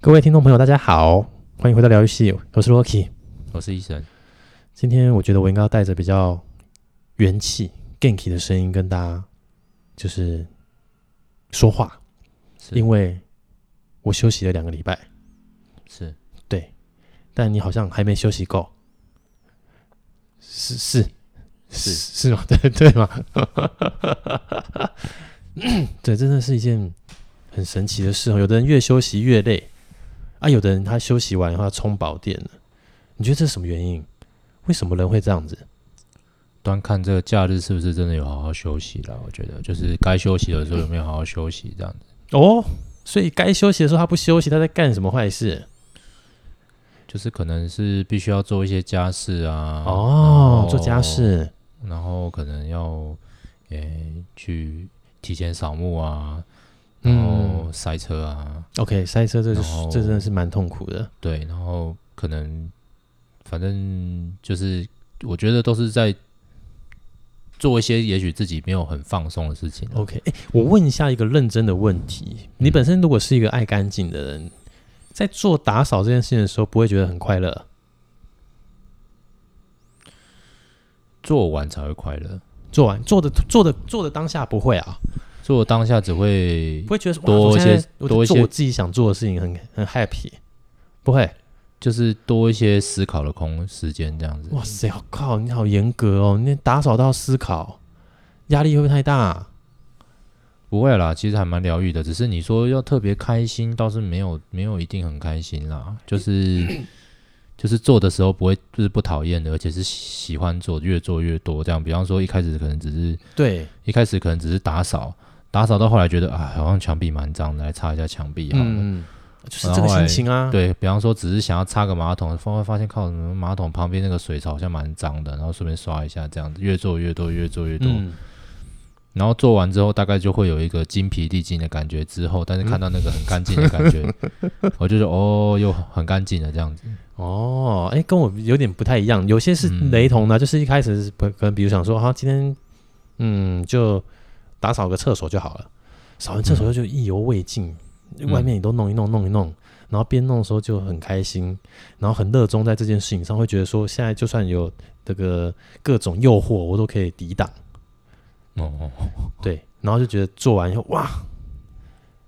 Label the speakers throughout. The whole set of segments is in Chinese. Speaker 1: 各位听众朋友，大家好，欢迎回到疗愈系，我是 Rocky。
Speaker 2: 我是医生，
Speaker 1: 今天我觉得我应该要带着比较元气、ganky 的声音跟大家就是说话，
Speaker 2: 是
Speaker 1: 因为我休息了两个礼拜，
Speaker 2: 是
Speaker 1: 但你好像还没休息够，是是
Speaker 2: 是
Speaker 1: 是吗？ 对对吗？ 对，真的是一件很神奇的事哦。有的人越休息越累啊，有的人他休息完以后要充饱电了。你觉得这是什么原因？为什么人会这样子？
Speaker 2: 端看这个假日是不是真的有好好休息啦？我觉得就是该休息的时候有没有好好休息这样子。
Speaker 1: 哦，所以该休息的时候他不休息，他在干什么坏事？
Speaker 2: 就是可能是必须要做一些家事啊，然
Speaker 1: 哦
Speaker 2: 后，
Speaker 1: 做家，事，
Speaker 2: 然后可能要诶、去提前扫墓啊，然后
Speaker 1: 嗯
Speaker 2: 塞车啊，
Speaker 1: ，OK，塞车这是
Speaker 2: 然后
Speaker 1: 这真的是蛮痛苦的。
Speaker 2: 对，然后可能反正就是我觉得都是在做一些也许自己没有很放松的事情啊。
Speaker 1: OK，哎、我问一下一个认真的问
Speaker 2: 嗯
Speaker 1: 题：你本身如果是一个爱干净的人，在做打扫这件事情的时候，不会觉得很快乐？
Speaker 2: 做完才会快乐，
Speaker 1: 做完做的做的做的当下不会啊，
Speaker 2: 做当下只会
Speaker 1: 不会觉得说哇
Speaker 2: 多
Speaker 1: 我
Speaker 2: 一
Speaker 1: 现在
Speaker 2: 些
Speaker 1: 我
Speaker 2: 多一
Speaker 1: 做
Speaker 2: 些
Speaker 1: 我自己想做的事情很很 happy，不会。
Speaker 2: 就是多一些思考的空时间这样子。
Speaker 1: 哇塞，好靠，你好严格哦，你打扫到思考，压力会不会太大、
Speaker 2: 不会啦，其实还蛮疗愈的，只是你说要特别开心，倒是没有没有一定很开心啦，就是 就是做的时候不会就是不讨厌的，而且是喜欢做，越做越多这样。比方说一开始可能只是
Speaker 1: 对，
Speaker 2: 一开始可能只是打扫，打扫到后来觉得啊，好像墙壁蛮脏的，来擦一下墙壁好了。
Speaker 1: 嗯，就是
Speaker 2: 然
Speaker 1: 这
Speaker 2: 后
Speaker 1: 个
Speaker 2: 后
Speaker 1: 心
Speaker 2: 来
Speaker 1: 情啊，
Speaker 2: 对比方说，只是想要擦个马桶，发发现靠什么马桶旁边那个水槽好像蛮脏的，然后顺便刷一下，这样子越做越多，越做越多。
Speaker 1: 嗯，
Speaker 2: 然后做完之后，大概就会有一个筋疲力尽的感觉。之后，但是看到那个很干净的感觉，
Speaker 1: 嗯
Speaker 2: 我就说哦，又很干净了这样子。
Speaker 1: 哦，哎，跟我有点不太一样，有些是
Speaker 2: 嗯
Speaker 1: 雷同的，啊就是一开始是可可能比如想说，哈、今天嗯就打扫个厕所就好了，扫完厕所就意犹未尽，
Speaker 2: 嗯
Speaker 1: 外面你都弄一弄弄一弄，然后边弄的时候就很开心，然后很热衷在这件事情上，会觉得说现在就算有这个各种诱惑，我都可以抵挡，
Speaker 2: 哦哦，哦
Speaker 1: 对，然后就觉得做完以后哇，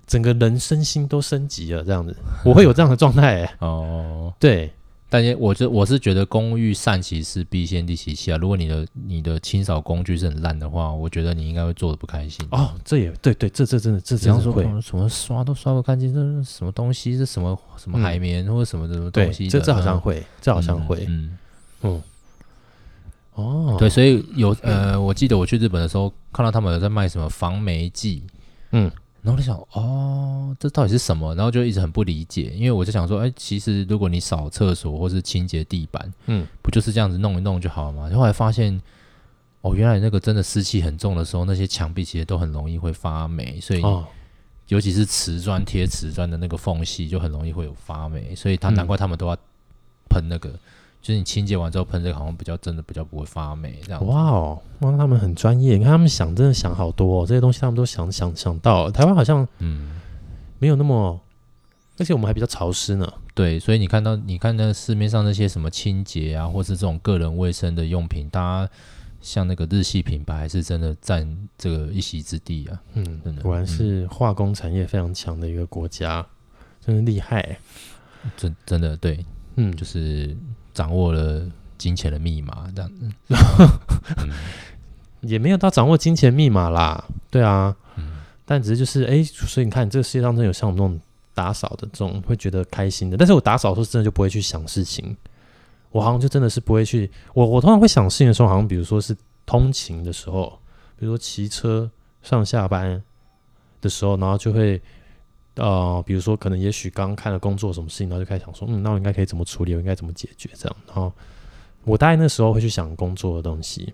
Speaker 1: 整个人身心都升级了，这 样子，我会有这样的状态、诶
Speaker 2: 哦哦，
Speaker 1: 对，
Speaker 2: 但也我这我是觉得公欲善其事，必先利其器啊。如果你的你的清扫工具是很烂的话，我觉得你应该会做的不开心。
Speaker 1: 哦，这也对对，这这真的这
Speaker 2: 比
Speaker 1: 真
Speaker 2: 方
Speaker 1: 的
Speaker 2: 说
Speaker 1: 会
Speaker 2: 可。哦能什么刷都刷不干净，这是什么东西？这什么什么
Speaker 1: 嗯
Speaker 2: 海绵、或者什么什么
Speaker 1: 对
Speaker 2: 东西，的？
Speaker 1: 这这好像
Speaker 2: 嗯
Speaker 1: 会，这好像会，
Speaker 2: 嗯，嗯
Speaker 1: 嗯，哦，
Speaker 2: 嗯
Speaker 1: 嗯
Speaker 2: 对，，所以有呃，我记得我去日本的时候，看到他们有在卖什么防霉剂，
Speaker 1: 嗯，
Speaker 2: 然后我就想，哦，这到底是什么？然后就一直很不理解，因为我就想说，哎，其实如果你扫厕所或是清洁地板，
Speaker 1: 嗯，
Speaker 2: 不就是这样子弄一弄就好了嘛？后来发现，哦，原来那个真的湿气很重的时候，那些墙壁其实都很容易会发霉，所以
Speaker 1: 哦，
Speaker 2: 尤其是瓷砖贴瓷砖的那个缝隙，就很容易会有发霉，所以他
Speaker 1: 嗯
Speaker 2: 难怪他们都要喷那个，就是你清洁完之后喷这个，好像比较真的比较不会发霉这样子。
Speaker 1: 哇哦，哇，他们很专业，你看他们想真的想好多、哦，这些东西他们都想想想到了，台湾好像
Speaker 2: 嗯，
Speaker 1: 没有那么，而且我们还比较潮湿呢，
Speaker 2: 对，所以你看到你看那市面上那些什么清洁啊，或是这种个人卫生的用品，大家像那个日系品牌，还是真的占这个一席之地啊。
Speaker 1: 嗯
Speaker 2: 真，的
Speaker 1: 果然是化工产业非常强的一个国家，真的厉害，
Speaker 2: 真真的对，
Speaker 1: 嗯，
Speaker 2: 就是掌握了金钱的密码这样子。嗯
Speaker 1: 也没有到掌握金钱密码啦，对啊，但只是就是哎、诶所以你看这个世界上真的有像我们这种打扫的这种会觉得开心的，但是我打扫的时候真的就不会去想事情，我好像就真的是不会去，我我通常会想事情的时候，好像比如说是通勤的时候，比如说骑车上下班的时候，然后就会。呃，比如说，可能也许刚看了工作什么事情，然后就开始想说，嗯，那我应该可以怎么处理，我应该怎么解决这样。然后我大概那时候会去想工作的东西，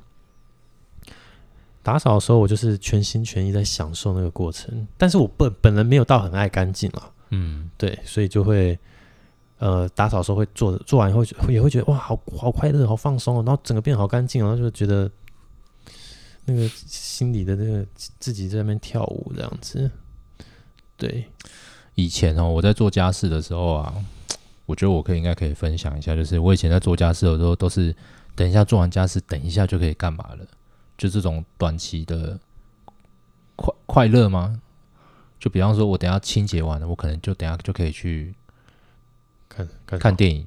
Speaker 1: 打扫的时候，我就是全心全意在享受那个过程，但是我本本人没有到很爱干净啦，
Speaker 2: 嗯，
Speaker 1: 对，所以就会呃打扫的时候会做做完以后就也会觉得哇，好好快乐，好放松哦，然后整个变得好干净哦，然后就觉得那个心里的那个自己在那边跳舞这样子，对，
Speaker 2: 以前哦，我在做家事的时候啊，我觉得我可以应该可以分享一下，就是我以前在做家事的时候都是等一下做完家事，等一下就可以干嘛了，就这种短期的快快乐吗？就比方说，我等一下清洁完了，我可能就等一下就可以去
Speaker 1: 看看
Speaker 2: 看电影，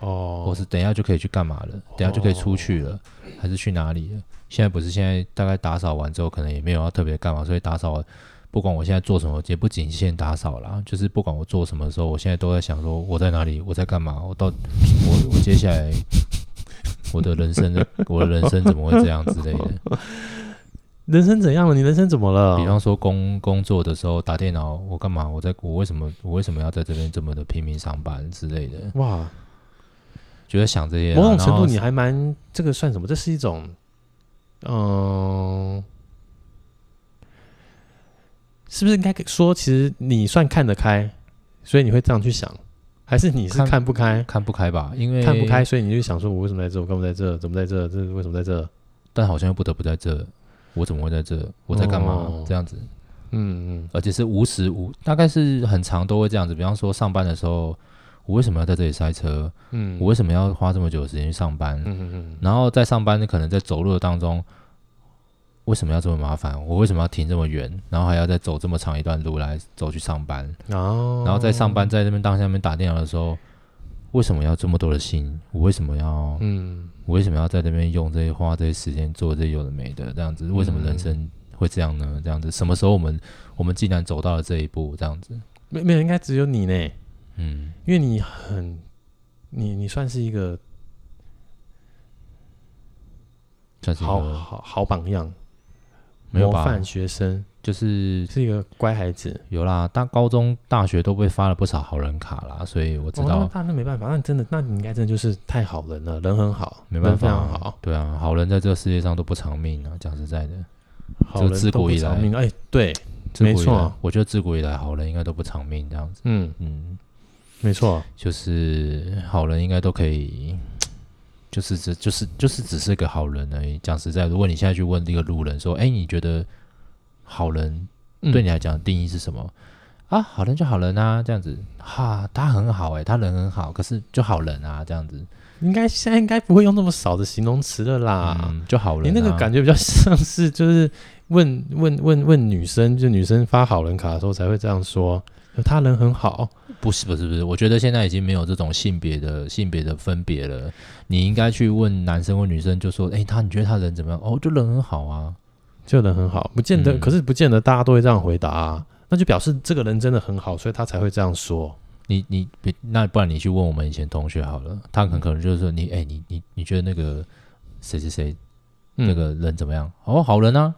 Speaker 2: 或
Speaker 1: 哦，
Speaker 2: 是等一下就可以去干嘛了，等一下就可以出去了，还是去哪里了？现在不是现在大概打扫完之后，可能也没有要特别干嘛，所以打扫完不管我现在做什么，也不仅限打扫啦，就是不管我做什么的时候，我现在都在想说我在哪里，我在干嘛，我到我我接下来我的人生的我的人生怎么会这样之 类的？
Speaker 1: 人生怎样了？你人生怎么了？
Speaker 2: 比方说工工作的时候打电脑，我干嘛？我在我为什么我为什么要在这边这么的拼命上班之类的？
Speaker 1: 哇，
Speaker 2: 就在想这些啊、
Speaker 1: 某种程
Speaker 2: 然后
Speaker 1: 度你还蛮这个算什么？这是一种，呃嗯、是不是应该说，其实你算看得开，所以你会这样去想，还是你是
Speaker 2: 看
Speaker 1: 看不开？
Speaker 2: 看不开吧，因为
Speaker 1: 看不开，，所以你就想说，我为什么在这？我干嘛在这？怎么在这？这为什么在这？
Speaker 2: 但好像又不得不在这，我怎么会在这？我在干嘛？
Speaker 1: 哦
Speaker 2: 这样子，
Speaker 1: 嗯嗯，
Speaker 2: 而且是无时无，大概是很长都会这样子。比方说上班的时候，我为什么要在这里塞车？
Speaker 1: 嗯
Speaker 2: 我为什么要花这么久的时间去上班？
Speaker 1: 嗯嗯嗯，
Speaker 2: 然后在上班，可能在走路的当中，为什么要这么麻烦？我为什么要停这么远？然后还要再走这么长一段路来走去上班？
Speaker 1: 然后
Speaker 2: 然后在
Speaker 1: 哦
Speaker 2: 上班，在那边当下面打电脑的时候，为什么要这么多的心？我为什么要？
Speaker 1: 嗯，
Speaker 2: 我为什么要在那边用这些花这些时间做这些有的没的这样子？为什
Speaker 1: 嗯
Speaker 2: 么人生会这样呢？这样子，什么时候我们我们竟然走到了这一步？这样子，
Speaker 1: 没没有，应该只有你呢，
Speaker 2: 嗯，
Speaker 1: 因为你很，你你算是一个
Speaker 2: 算是一
Speaker 1: 好
Speaker 2: 个
Speaker 1: 好好榜样，
Speaker 2: 没有
Speaker 1: 模
Speaker 2: 吧
Speaker 1: 范？学生，
Speaker 2: 就是
Speaker 1: 是一个乖孩子。
Speaker 2: 有啦，大高中、大学都被发了不少好人卡啦，所以我知
Speaker 1: 哦
Speaker 2: 道、
Speaker 1: 那那那没办法，那你真的，那你应该真的就是太好人了，人很好，
Speaker 2: 没办
Speaker 1: 人非
Speaker 2: 法
Speaker 1: 常
Speaker 2: 啊，
Speaker 1: 好，
Speaker 2: 对啊，好人在这个世界上都不长命啊。讲实在的，
Speaker 1: 好
Speaker 2: 就
Speaker 1: 人
Speaker 2: 自
Speaker 1: 都
Speaker 2: 古
Speaker 1: 不
Speaker 2: 以
Speaker 1: 长
Speaker 2: 来
Speaker 1: 命。哎、对，
Speaker 2: 自古以
Speaker 1: 没错啊
Speaker 2: 来，我觉得自古以来好人应该都不长命这样子，
Speaker 1: 嗯，
Speaker 2: 嗯。
Speaker 1: 没错，
Speaker 2: 就是好人应该都可以，就是只就是就是只是个好人而已。讲实在，如果你现在去问一个路人说：“哎、你觉得好人
Speaker 1: 嗯
Speaker 2: 对你来讲的定义是什么？”啊，好人就好人啊，这样子哈、他很好哎、他人很好，可是就好人啊，这样子
Speaker 1: 应该现在应该不会用那么少的形容词了啦。
Speaker 2: 嗯，就好人、
Speaker 1: 你那
Speaker 2: 啊。
Speaker 1: 个感觉比较像是就是问问问问女生，就女生发好人卡的时候才会这样说，就他人很好，
Speaker 2: 不是不是不是，我觉得现在已经没有这种性别的性别的分别了。你应该去问男生或女生，就说：“哎、他你觉得他人怎么样？哦，就人很好啊。
Speaker 1: 就人很好，不见得，
Speaker 2: 嗯
Speaker 1: 可是不见得大家都会这样回答、啊，那就表示这个人真的很好，所以他才会这样说。
Speaker 2: 你你别那不然你去问我们以前同学好了，他很可能就是说你哎、你你你觉得那个谁谁谁
Speaker 1: 嗯
Speaker 2: 那个人怎么样？哦，好人啊。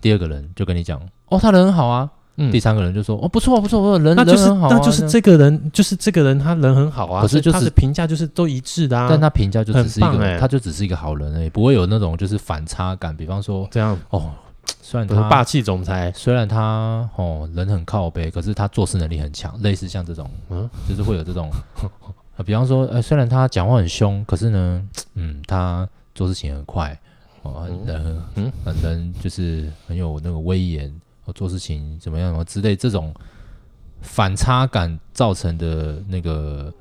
Speaker 2: 第二个人就跟你讲哦，他人很好啊。
Speaker 1: 嗯
Speaker 2: 第三个人就说哦，不错不错，不错人
Speaker 1: 那就是
Speaker 2: 人很好啊。
Speaker 1: 那就是
Speaker 2: 样
Speaker 1: 这个人，就是这个人，他人很好啊，
Speaker 2: 可是
Speaker 1: 所以
Speaker 2: 就
Speaker 1: 他
Speaker 2: 是
Speaker 1: 的评价就是都一致的啊。
Speaker 2: 但他评价就只是一
Speaker 1: 很
Speaker 2: 个，
Speaker 1: 棒欸
Speaker 2: 他就只是一个好人而已，不会有那种就是反差感。比方说
Speaker 1: 这样，
Speaker 2: 哦，虽然
Speaker 1: 比如
Speaker 2: 他
Speaker 1: 说霸气总裁，
Speaker 2: 虽然他哦人很靠背，可是他做事能力很强，类似像这种，
Speaker 1: 嗯
Speaker 2: 嗯，就是会有这种， 呃比方说，呃，虽然他讲话很凶，可是呢，嗯，他做事情很快，哦，很人
Speaker 1: 嗯
Speaker 2: 很很人就是很有那个威严，哦，做事情怎么样，哦之类这种反差感造成的那个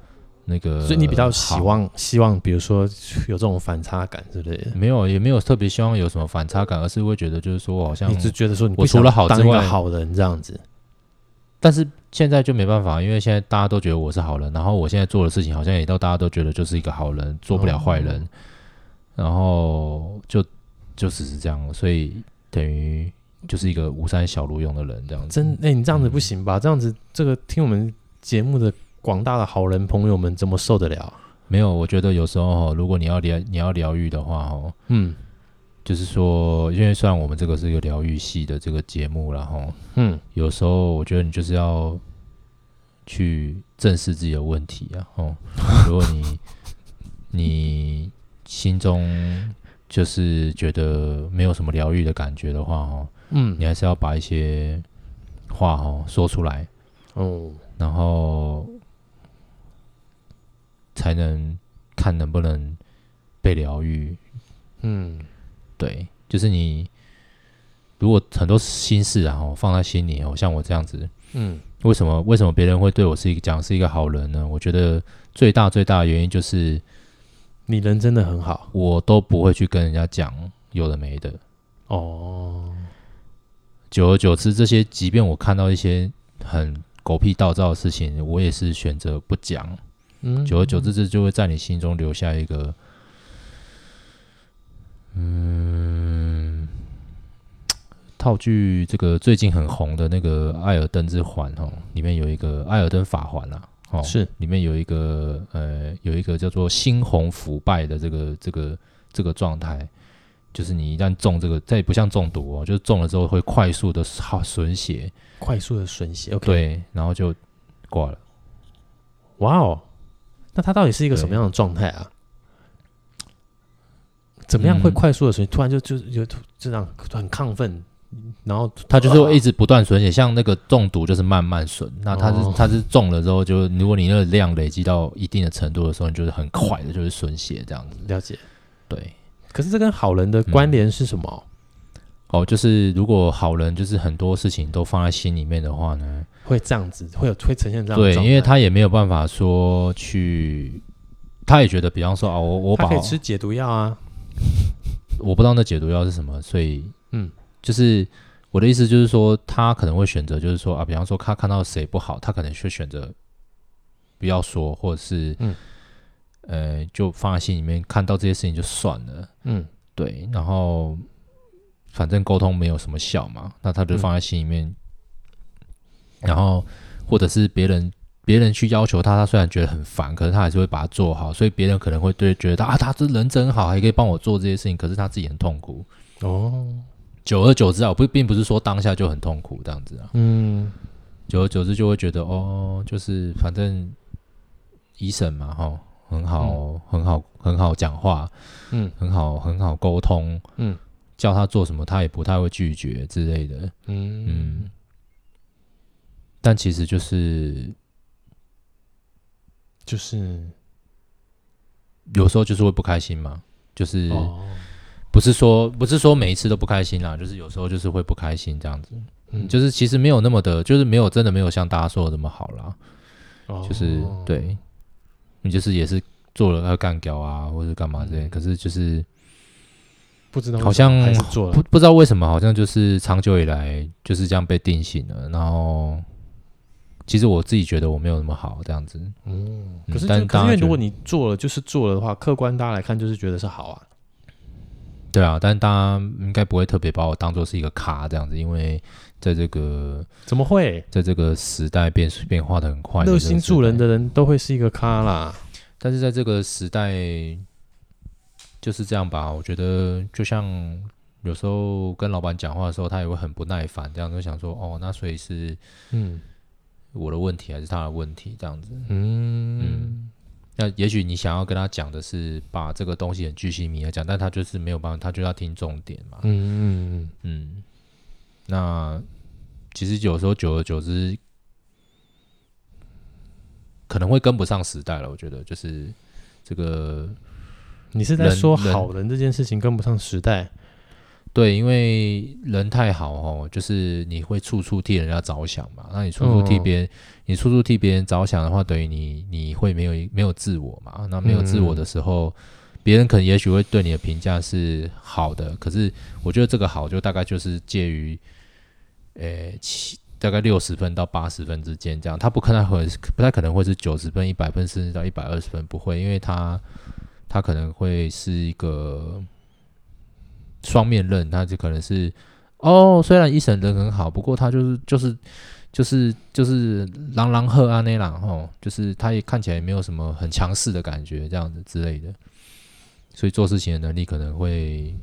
Speaker 2: 那个，
Speaker 1: 所以你比较希
Speaker 2: 呃好
Speaker 1: 望希望，比如说有这种反差感之类的。
Speaker 2: 没有，也没有特别希望有什么反差感，而是会觉得就是说我好像
Speaker 1: 你只觉得说你不
Speaker 2: 嗯我除
Speaker 1: 想
Speaker 2: 了好之
Speaker 1: 当一个
Speaker 2: 外
Speaker 1: 好人这样子，
Speaker 2: 但是现在就没办法，因为现在大家都觉得我是好人，然后我现在做的事情好像也都大家都觉得就是一个好人，做不了坏人，嗯然后就就只是这样，所以等于就是一个无山小路用的人这样子。
Speaker 1: 真哎、你这样子
Speaker 2: 嗯
Speaker 1: 不行吧？这样子，这个听我们节目的广大的好人朋友们怎么受得了？
Speaker 2: 没有，我觉得有时候哦，如果你要疗你要疗愈的话哦，
Speaker 1: 嗯
Speaker 2: 就是说，因为虽然我们这个是一个疗愈系的这个节目啦，然后
Speaker 1: 嗯，
Speaker 2: 有时候我觉得你就是要去正视自己的问题啊。哦，如果你你心中就是觉得没有什么疗愈的感觉的话，哦，
Speaker 1: 嗯
Speaker 2: 你还是要把一些话哦说出来，
Speaker 1: 哦，
Speaker 2: 然后才能看能不能被疗愈。
Speaker 1: 嗯
Speaker 2: 对，就是你如果很多心事啊，哦放在心里哦，像我这样子，
Speaker 1: 嗯
Speaker 2: 为什么为什么别人会对我是一个讲是一个好人呢？我觉得最大最大的原因就是
Speaker 1: 你人真的很好
Speaker 2: 我都不会去跟人家讲有的没的。
Speaker 1: 哦，
Speaker 2: 久而久之，这些即便我看到一些很狗屁倒灶的事情，我也是选择不讲。
Speaker 1: 嗯，
Speaker 2: 久而久之，这就会在你心中留下一个，嗯，套句这个最近很红的那个《艾尔登之环》哦，里面有一个艾尔登法环啊，哦，
Speaker 1: 是
Speaker 2: 里面有一个呃，有一个叫做猩红腐败的这个这个这个状态，就是你一旦中这个，这也不像中毒哦，就是中了之后会快速的好损血，
Speaker 1: 快速的吮血，OK，
Speaker 2: 对，然后就挂了。
Speaker 1: 哇哦，那他到底是一个
Speaker 2: 对
Speaker 1: 什么样的状态啊？怎么样会
Speaker 2: 嗯
Speaker 1: 快速的水、突然就就就就这样很亢奋，然后
Speaker 2: 它就是会一直不断损血，像那个中毒就是慢慢损。那它是
Speaker 1: 哦
Speaker 2: 它是中了之后，就如果你那个量累积到一定的程度的时候，你就是很快的就是损血这样子。
Speaker 1: 了解？
Speaker 2: 对，
Speaker 1: 可是这跟好人的关联是什么？
Speaker 2: 哦，就是如果好人就是很多事情都放在心里面的话呢，
Speaker 1: 会这样子，会有会呈现这样的
Speaker 2: 对，
Speaker 1: 状态
Speaker 2: 因为他也没有办法说去，他也觉得，比方说啊，我我
Speaker 1: 他
Speaker 2: 把
Speaker 1: 可以吃解毒药啊，
Speaker 2: 我不知道那解毒药是什么，所以
Speaker 1: 嗯，
Speaker 2: 就是我的意思就是说，他可能会选择就是说啊，比方说他看到谁不好，他可能会选择不要说，或者是
Speaker 1: 嗯
Speaker 2: 呃，就放在心里面，看到这些事情就算了，
Speaker 1: 嗯，
Speaker 2: 对，然后反正沟通没有什么效嘛，那他就放在心里面，然后或者是别人。别人去要求他，他虽然觉得很烦，可是他还是会把它做好，所以别人可能会对觉得啊，他这人真好，还可以帮我做这些事情，可是他自己很痛苦。
Speaker 1: 哦，
Speaker 2: 久而久之啊，我不并不是说当下就很痛苦这样子啊，
Speaker 1: 嗯，
Speaker 2: 久而久之就会觉得哦，就是反正医生嘛，哈，很好，很好，很好讲话，
Speaker 1: 嗯，
Speaker 2: 很好，很好沟通，
Speaker 1: 嗯，
Speaker 2: 叫他做什么他也不太会拒绝之类的，
Speaker 1: 嗯，
Speaker 2: 嗯，但其实就是
Speaker 1: 就是
Speaker 2: 有时候就是会不开心嘛，就是、
Speaker 1: 哦，
Speaker 2: 不是说不是说每一次都不开心啦，就是有时候就是会不开心这样子，
Speaker 1: 嗯
Speaker 2: 就是其实没有那么的，就是没有真的没有像大家说的那么好啦，
Speaker 1: 哦
Speaker 2: 就是、对，你就是也是做了要干掉啊，或者干嘛之类的，
Speaker 1: 嗯
Speaker 2: 可是就是
Speaker 1: 不知道为什么
Speaker 2: 好像
Speaker 1: 还是做
Speaker 2: 不
Speaker 1: 了，
Speaker 2: 不知道为什么，好像就是长久以来就是这样被定型了。然后其实我自己觉得我没有那么好这样子，
Speaker 1: 嗯，
Speaker 2: 嗯
Speaker 1: 可是
Speaker 2: 但
Speaker 1: 就可是因
Speaker 2: 大家
Speaker 1: 为
Speaker 2: 觉得
Speaker 1: 如果你做了就是做了的话，客观大家来看就是觉得是好啊，
Speaker 2: 对啊，但大家应该不会特别把我当做是一个咖这样子，因为在这个
Speaker 1: 怎么会？
Speaker 2: 在这个时代变变化的很快，
Speaker 1: 热心助人
Speaker 2: 的。
Speaker 1: 的人都会是一个咖啦。
Speaker 2: 但是在这个时代就是这样吧，我觉得就像有时候跟老板讲话的时候，他也会很不耐烦，这样就想说哦，那所以是
Speaker 1: 嗯
Speaker 2: 我的问题还是他的问题这样子。
Speaker 1: 嗯
Speaker 2: 那也许你想要跟他讲的是把这个东西很具细迷来讲，但他就是没有办法，他就要听重点嘛
Speaker 1: 嗯。嗯
Speaker 2: 嗯，那其实有时候久而久之可能会跟不上时代了，我觉得就是这个
Speaker 1: 你是在
Speaker 2: 人
Speaker 1: 说
Speaker 2: 人
Speaker 1: 好人这件事情跟不上时代？
Speaker 2: 对，因为人太好哦，就是你会处处替人家着想嘛。那你处处替
Speaker 1: 嗯
Speaker 2: 别人，你处处替别人着想的话，等于你你会没有没有自我嘛。那没有自我的时候，别人可能也许会对你的评价是好的，可是我觉得这个好就大概就是介于，呃七。大概六十分到八十分之间，这样，他不可能会不太可能会是九十分、一百分，甚至到一百二十分，不会，因为他他可能会是一个双面刃，他就可能是哦，虽然医生人很好，不过他就是就是就是就是朗朗赫啊那朗吼，就是他也看起来也没有什么很强势的感觉，这样子之类的，所以做事情的能力可能会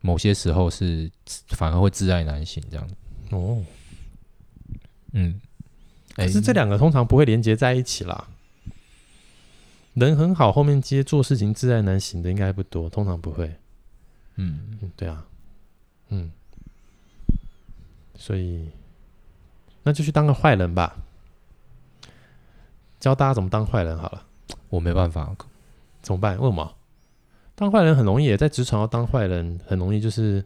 Speaker 2: 某些时候是反而会自爱难行这样子，
Speaker 1: 哦，
Speaker 2: 嗯，
Speaker 1: 可
Speaker 2: 哎
Speaker 1: 是这两个通常不会连接在一起啦。人很好，后面接做事情自爱难行的应该不多，通常不会。
Speaker 2: 嗯，
Speaker 1: 嗯，对啊，嗯，所以那就去当个坏人吧，教大家怎么当坏人好了。
Speaker 2: 我没办法，
Speaker 1: 怎么办？为什么？当坏人很容易耶，在职场要当坏人很容易，就是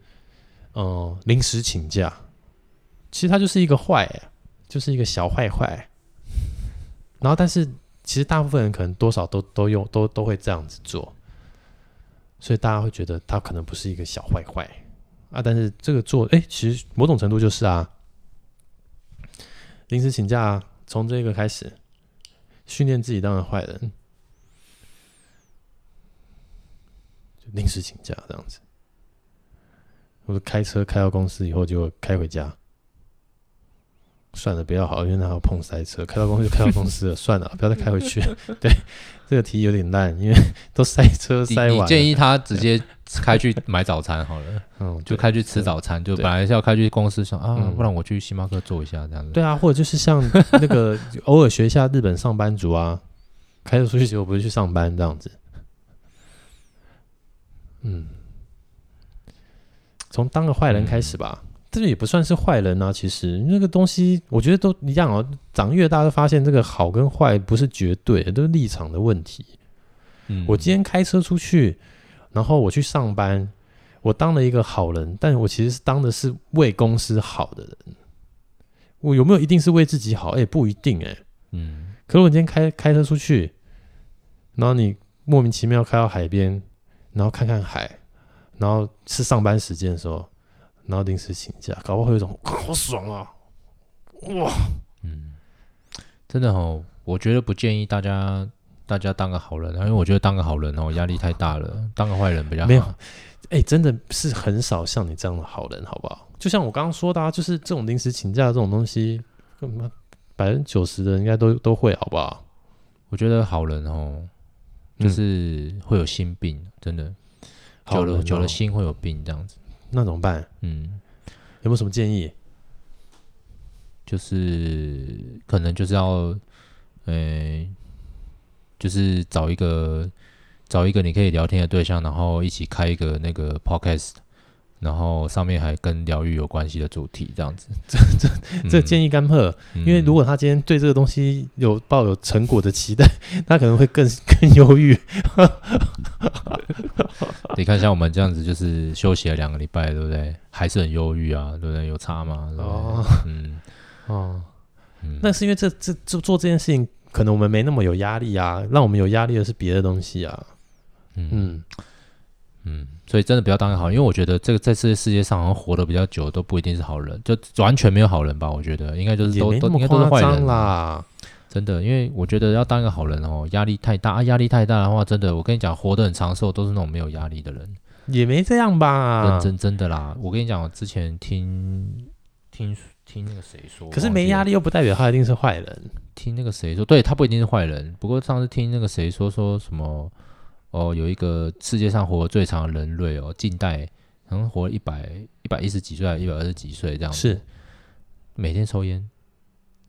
Speaker 1: 嗯、呃临时请假，其实他就是一个坏耶，就是一个小坏坏。然后，但是其实大部分人可能多少都都用都都会这样子做，所以大家会觉得他可能不是一个小坏坏啊。但是这个做，哎、其实某种程度就是啊，临时请假从这个开始训练自己当个坏人，就临时请假这样子。我开车开到公司以后，就开回家。算了，不要好了，因为那还要碰塞车。开到公司就开到公司了，算了，不要再开回去。对，这个题有点烂，因为都塞车
Speaker 2: 你
Speaker 1: 塞完
Speaker 2: 你
Speaker 1: 了。
Speaker 2: 建议他直接开去买早餐好了，
Speaker 1: 嗯，
Speaker 2: 就
Speaker 1: 对
Speaker 2: 开去吃早餐，就
Speaker 1: 对
Speaker 2: 本来是要开去公司想啊，
Speaker 1: 嗯
Speaker 2: 不然我去星巴克坐一下这样子。
Speaker 1: 对啊，或者就是像那个偶尔学一下日本上班族啊，开着出去结果不是去上班这样子。嗯，从当个坏人开始吧，这个也不算是坏人啊。其实那个东西，我觉得都一样哦。长越大，就发现这个好跟坏不是绝对的，都是立场的问题。
Speaker 2: 嗯，
Speaker 1: 我今天开车出去，然后我去上班，我当了一个好人，但我其实是当的是为公司好的人。我有没有一定是为自己好？哎、不一定哎、
Speaker 2: 嗯
Speaker 1: 可是我今天开开车出去，然后你莫名其妙开到海边，然后看看海，然后是上班时间的时候，然后临时请假，搞不好会有一种好爽啊！哇，
Speaker 2: 嗯，真的哦，我觉得不建议大家大家当个好人啊，因为我觉得当个好人哦压力太大了，当个坏人比较好。
Speaker 1: 没有哎、真的是很少像你这样的好人，好不好？就像我刚刚说的、啊，就是这种临时请假这种东西，根本百分之九十的人应该都都会，好不好？
Speaker 2: 我觉得好人哦，
Speaker 1: 嗯
Speaker 2: 就是会有心病，真的，
Speaker 1: 好
Speaker 2: 久
Speaker 1: 人
Speaker 2: 了
Speaker 1: 哦
Speaker 2: 久了心会有病这样子。
Speaker 1: 那怎么办？
Speaker 2: 嗯，
Speaker 1: 有没有什么建议？
Speaker 2: 就是可能就是要，呃，就是找一个找一个你可以聊天的对象，然后一起开一个那个 podcast。然后上面还跟疗愈有关系的主题，这样子。嗯这这
Speaker 1: 这建议干贺，因为如果他今天对这个东西有抱有成果的期待， 他可能会更 更忧郁。
Speaker 2: 你看，像我们这样子，就是休息了两个礼拜，对不对？还是很忧郁啊，对不对？有差吗？对不对
Speaker 1: 哦，
Speaker 2: 嗯
Speaker 1: 哦，
Speaker 2: 嗯，
Speaker 1: 那是因为这这做做这件事情，可能我们没那么有压力啊，让我们有压力的是别的东西啊。
Speaker 2: 嗯
Speaker 1: 嗯，
Speaker 2: 嗯，所以真的不要当个好人，因为我觉得这个在这个世界上，好像活得比较久都不一定是好人，就完全没有好人吧？我觉得应该就是
Speaker 1: 嗯也
Speaker 2: 都
Speaker 1: 没
Speaker 2: 都
Speaker 1: 那么
Speaker 2: 应该都是
Speaker 1: 夸
Speaker 2: 坏
Speaker 1: 张
Speaker 2: 人啊，
Speaker 1: 啦。
Speaker 2: 真的。因为我觉得要当一个好人哦，压力太大啊，压力太大的话，真的，我跟你讲，活得很长寿都是那种没有压力的人。
Speaker 1: 也没这样吧
Speaker 2: 认，真真的啦，我跟你讲，我之前听听听那个谁说，
Speaker 1: 可是
Speaker 2: 忘记
Speaker 1: 没压
Speaker 2: 了
Speaker 1: 力又不代表他一定是坏人。
Speaker 2: 听那个谁说，对他不一定是坏人。不过上次听那个谁说说什么，哦，有一个世界上活得最长的人类哦，近代好像活了一百一百一十几岁，还一百二十几岁这样子，
Speaker 1: 是
Speaker 2: 每天抽烟，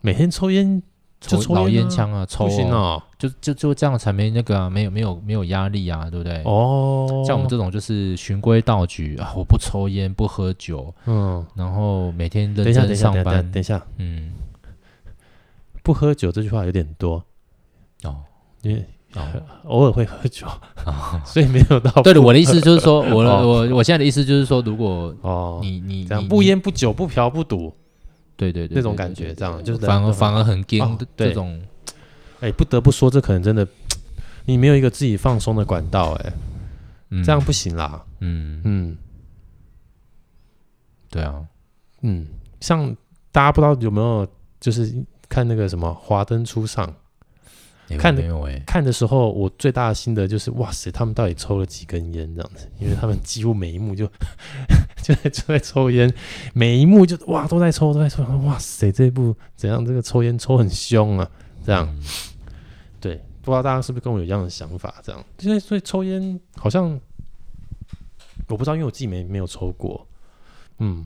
Speaker 1: 每天抽烟就抽烟啊
Speaker 2: 老烟枪啊，抽
Speaker 1: 不行
Speaker 2: 哦，
Speaker 1: 哦。
Speaker 2: 就就就这样才没那个啊，没有没有没有压力啊，对不对？
Speaker 1: 哦，
Speaker 2: 像我们这种就是循规蹈矩啊，我不抽烟，不喝酒，
Speaker 1: 嗯，
Speaker 2: 然后每天
Speaker 1: 等一
Speaker 2: 认
Speaker 1: 下，等
Speaker 2: 真
Speaker 1: 一下，
Speaker 2: 上
Speaker 1: 等一下，
Speaker 2: 班
Speaker 1: 等，一下，
Speaker 2: 嗯，
Speaker 1: 不喝酒这句话有点多，
Speaker 2: 哦
Speaker 1: 因为
Speaker 2: 哦，
Speaker 1: 偶尔会喝酒，所以没有到
Speaker 2: 对
Speaker 1: 哦不
Speaker 2: 了，我的意思就是说，我的
Speaker 1: 哦
Speaker 2: 我我现在的意思就是说，如果
Speaker 1: 哦，
Speaker 2: 你你
Speaker 1: 这样
Speaker 2: 你
Speaker 1: 不
Speaker 2: 你
Speaker 1: 烟不酒不嫖不赌
Speaker 2: 对对对
Speaker 1: 那种
Speaker 2: 对
Speaker 1: 感
Speaker 2: 对
Speaker 1: 觉，
Speaker 2: 对
Speaker 1: 这样就是
Speaker 2: 反而反而很
Speaker 1: 哦
Speaker 2: 硬的
Speaker 1: 对
Speaker 2: 这种，
Speaker 1: 哎，不得不说，这可能真的你没有一个自己放松的管道，哎，
Speaker 2: 嗯
Speaker 1: 这样不行啦，
Speaker 2: 嗯
Speaker 1: 嗯
Speaker 2: 对啊，
Speaker 1: 嗯，像大家不知道有没有就是看那个什么《华灯初上》。
Speaker 2: 诶
Speaker 1: 看
Speaker 2: 我没有哎，
Speaker 1: 看的时候，我最大的心得就是，哇塞，他们到底抽了几根烟这样子？因为他们几乎每一幕就 就在就在抽烟，每一幕就哇都在抽都在抽，哇塞，这一部怎样？这个抽烟抽很凶啊，这样
Speaker 2: 嗯
Speaker 1: 对，不知道大家是不是跟我有一样的想法？这样，因为所以抽烟好像我不知道，因为我自己没没有抽过，嗯，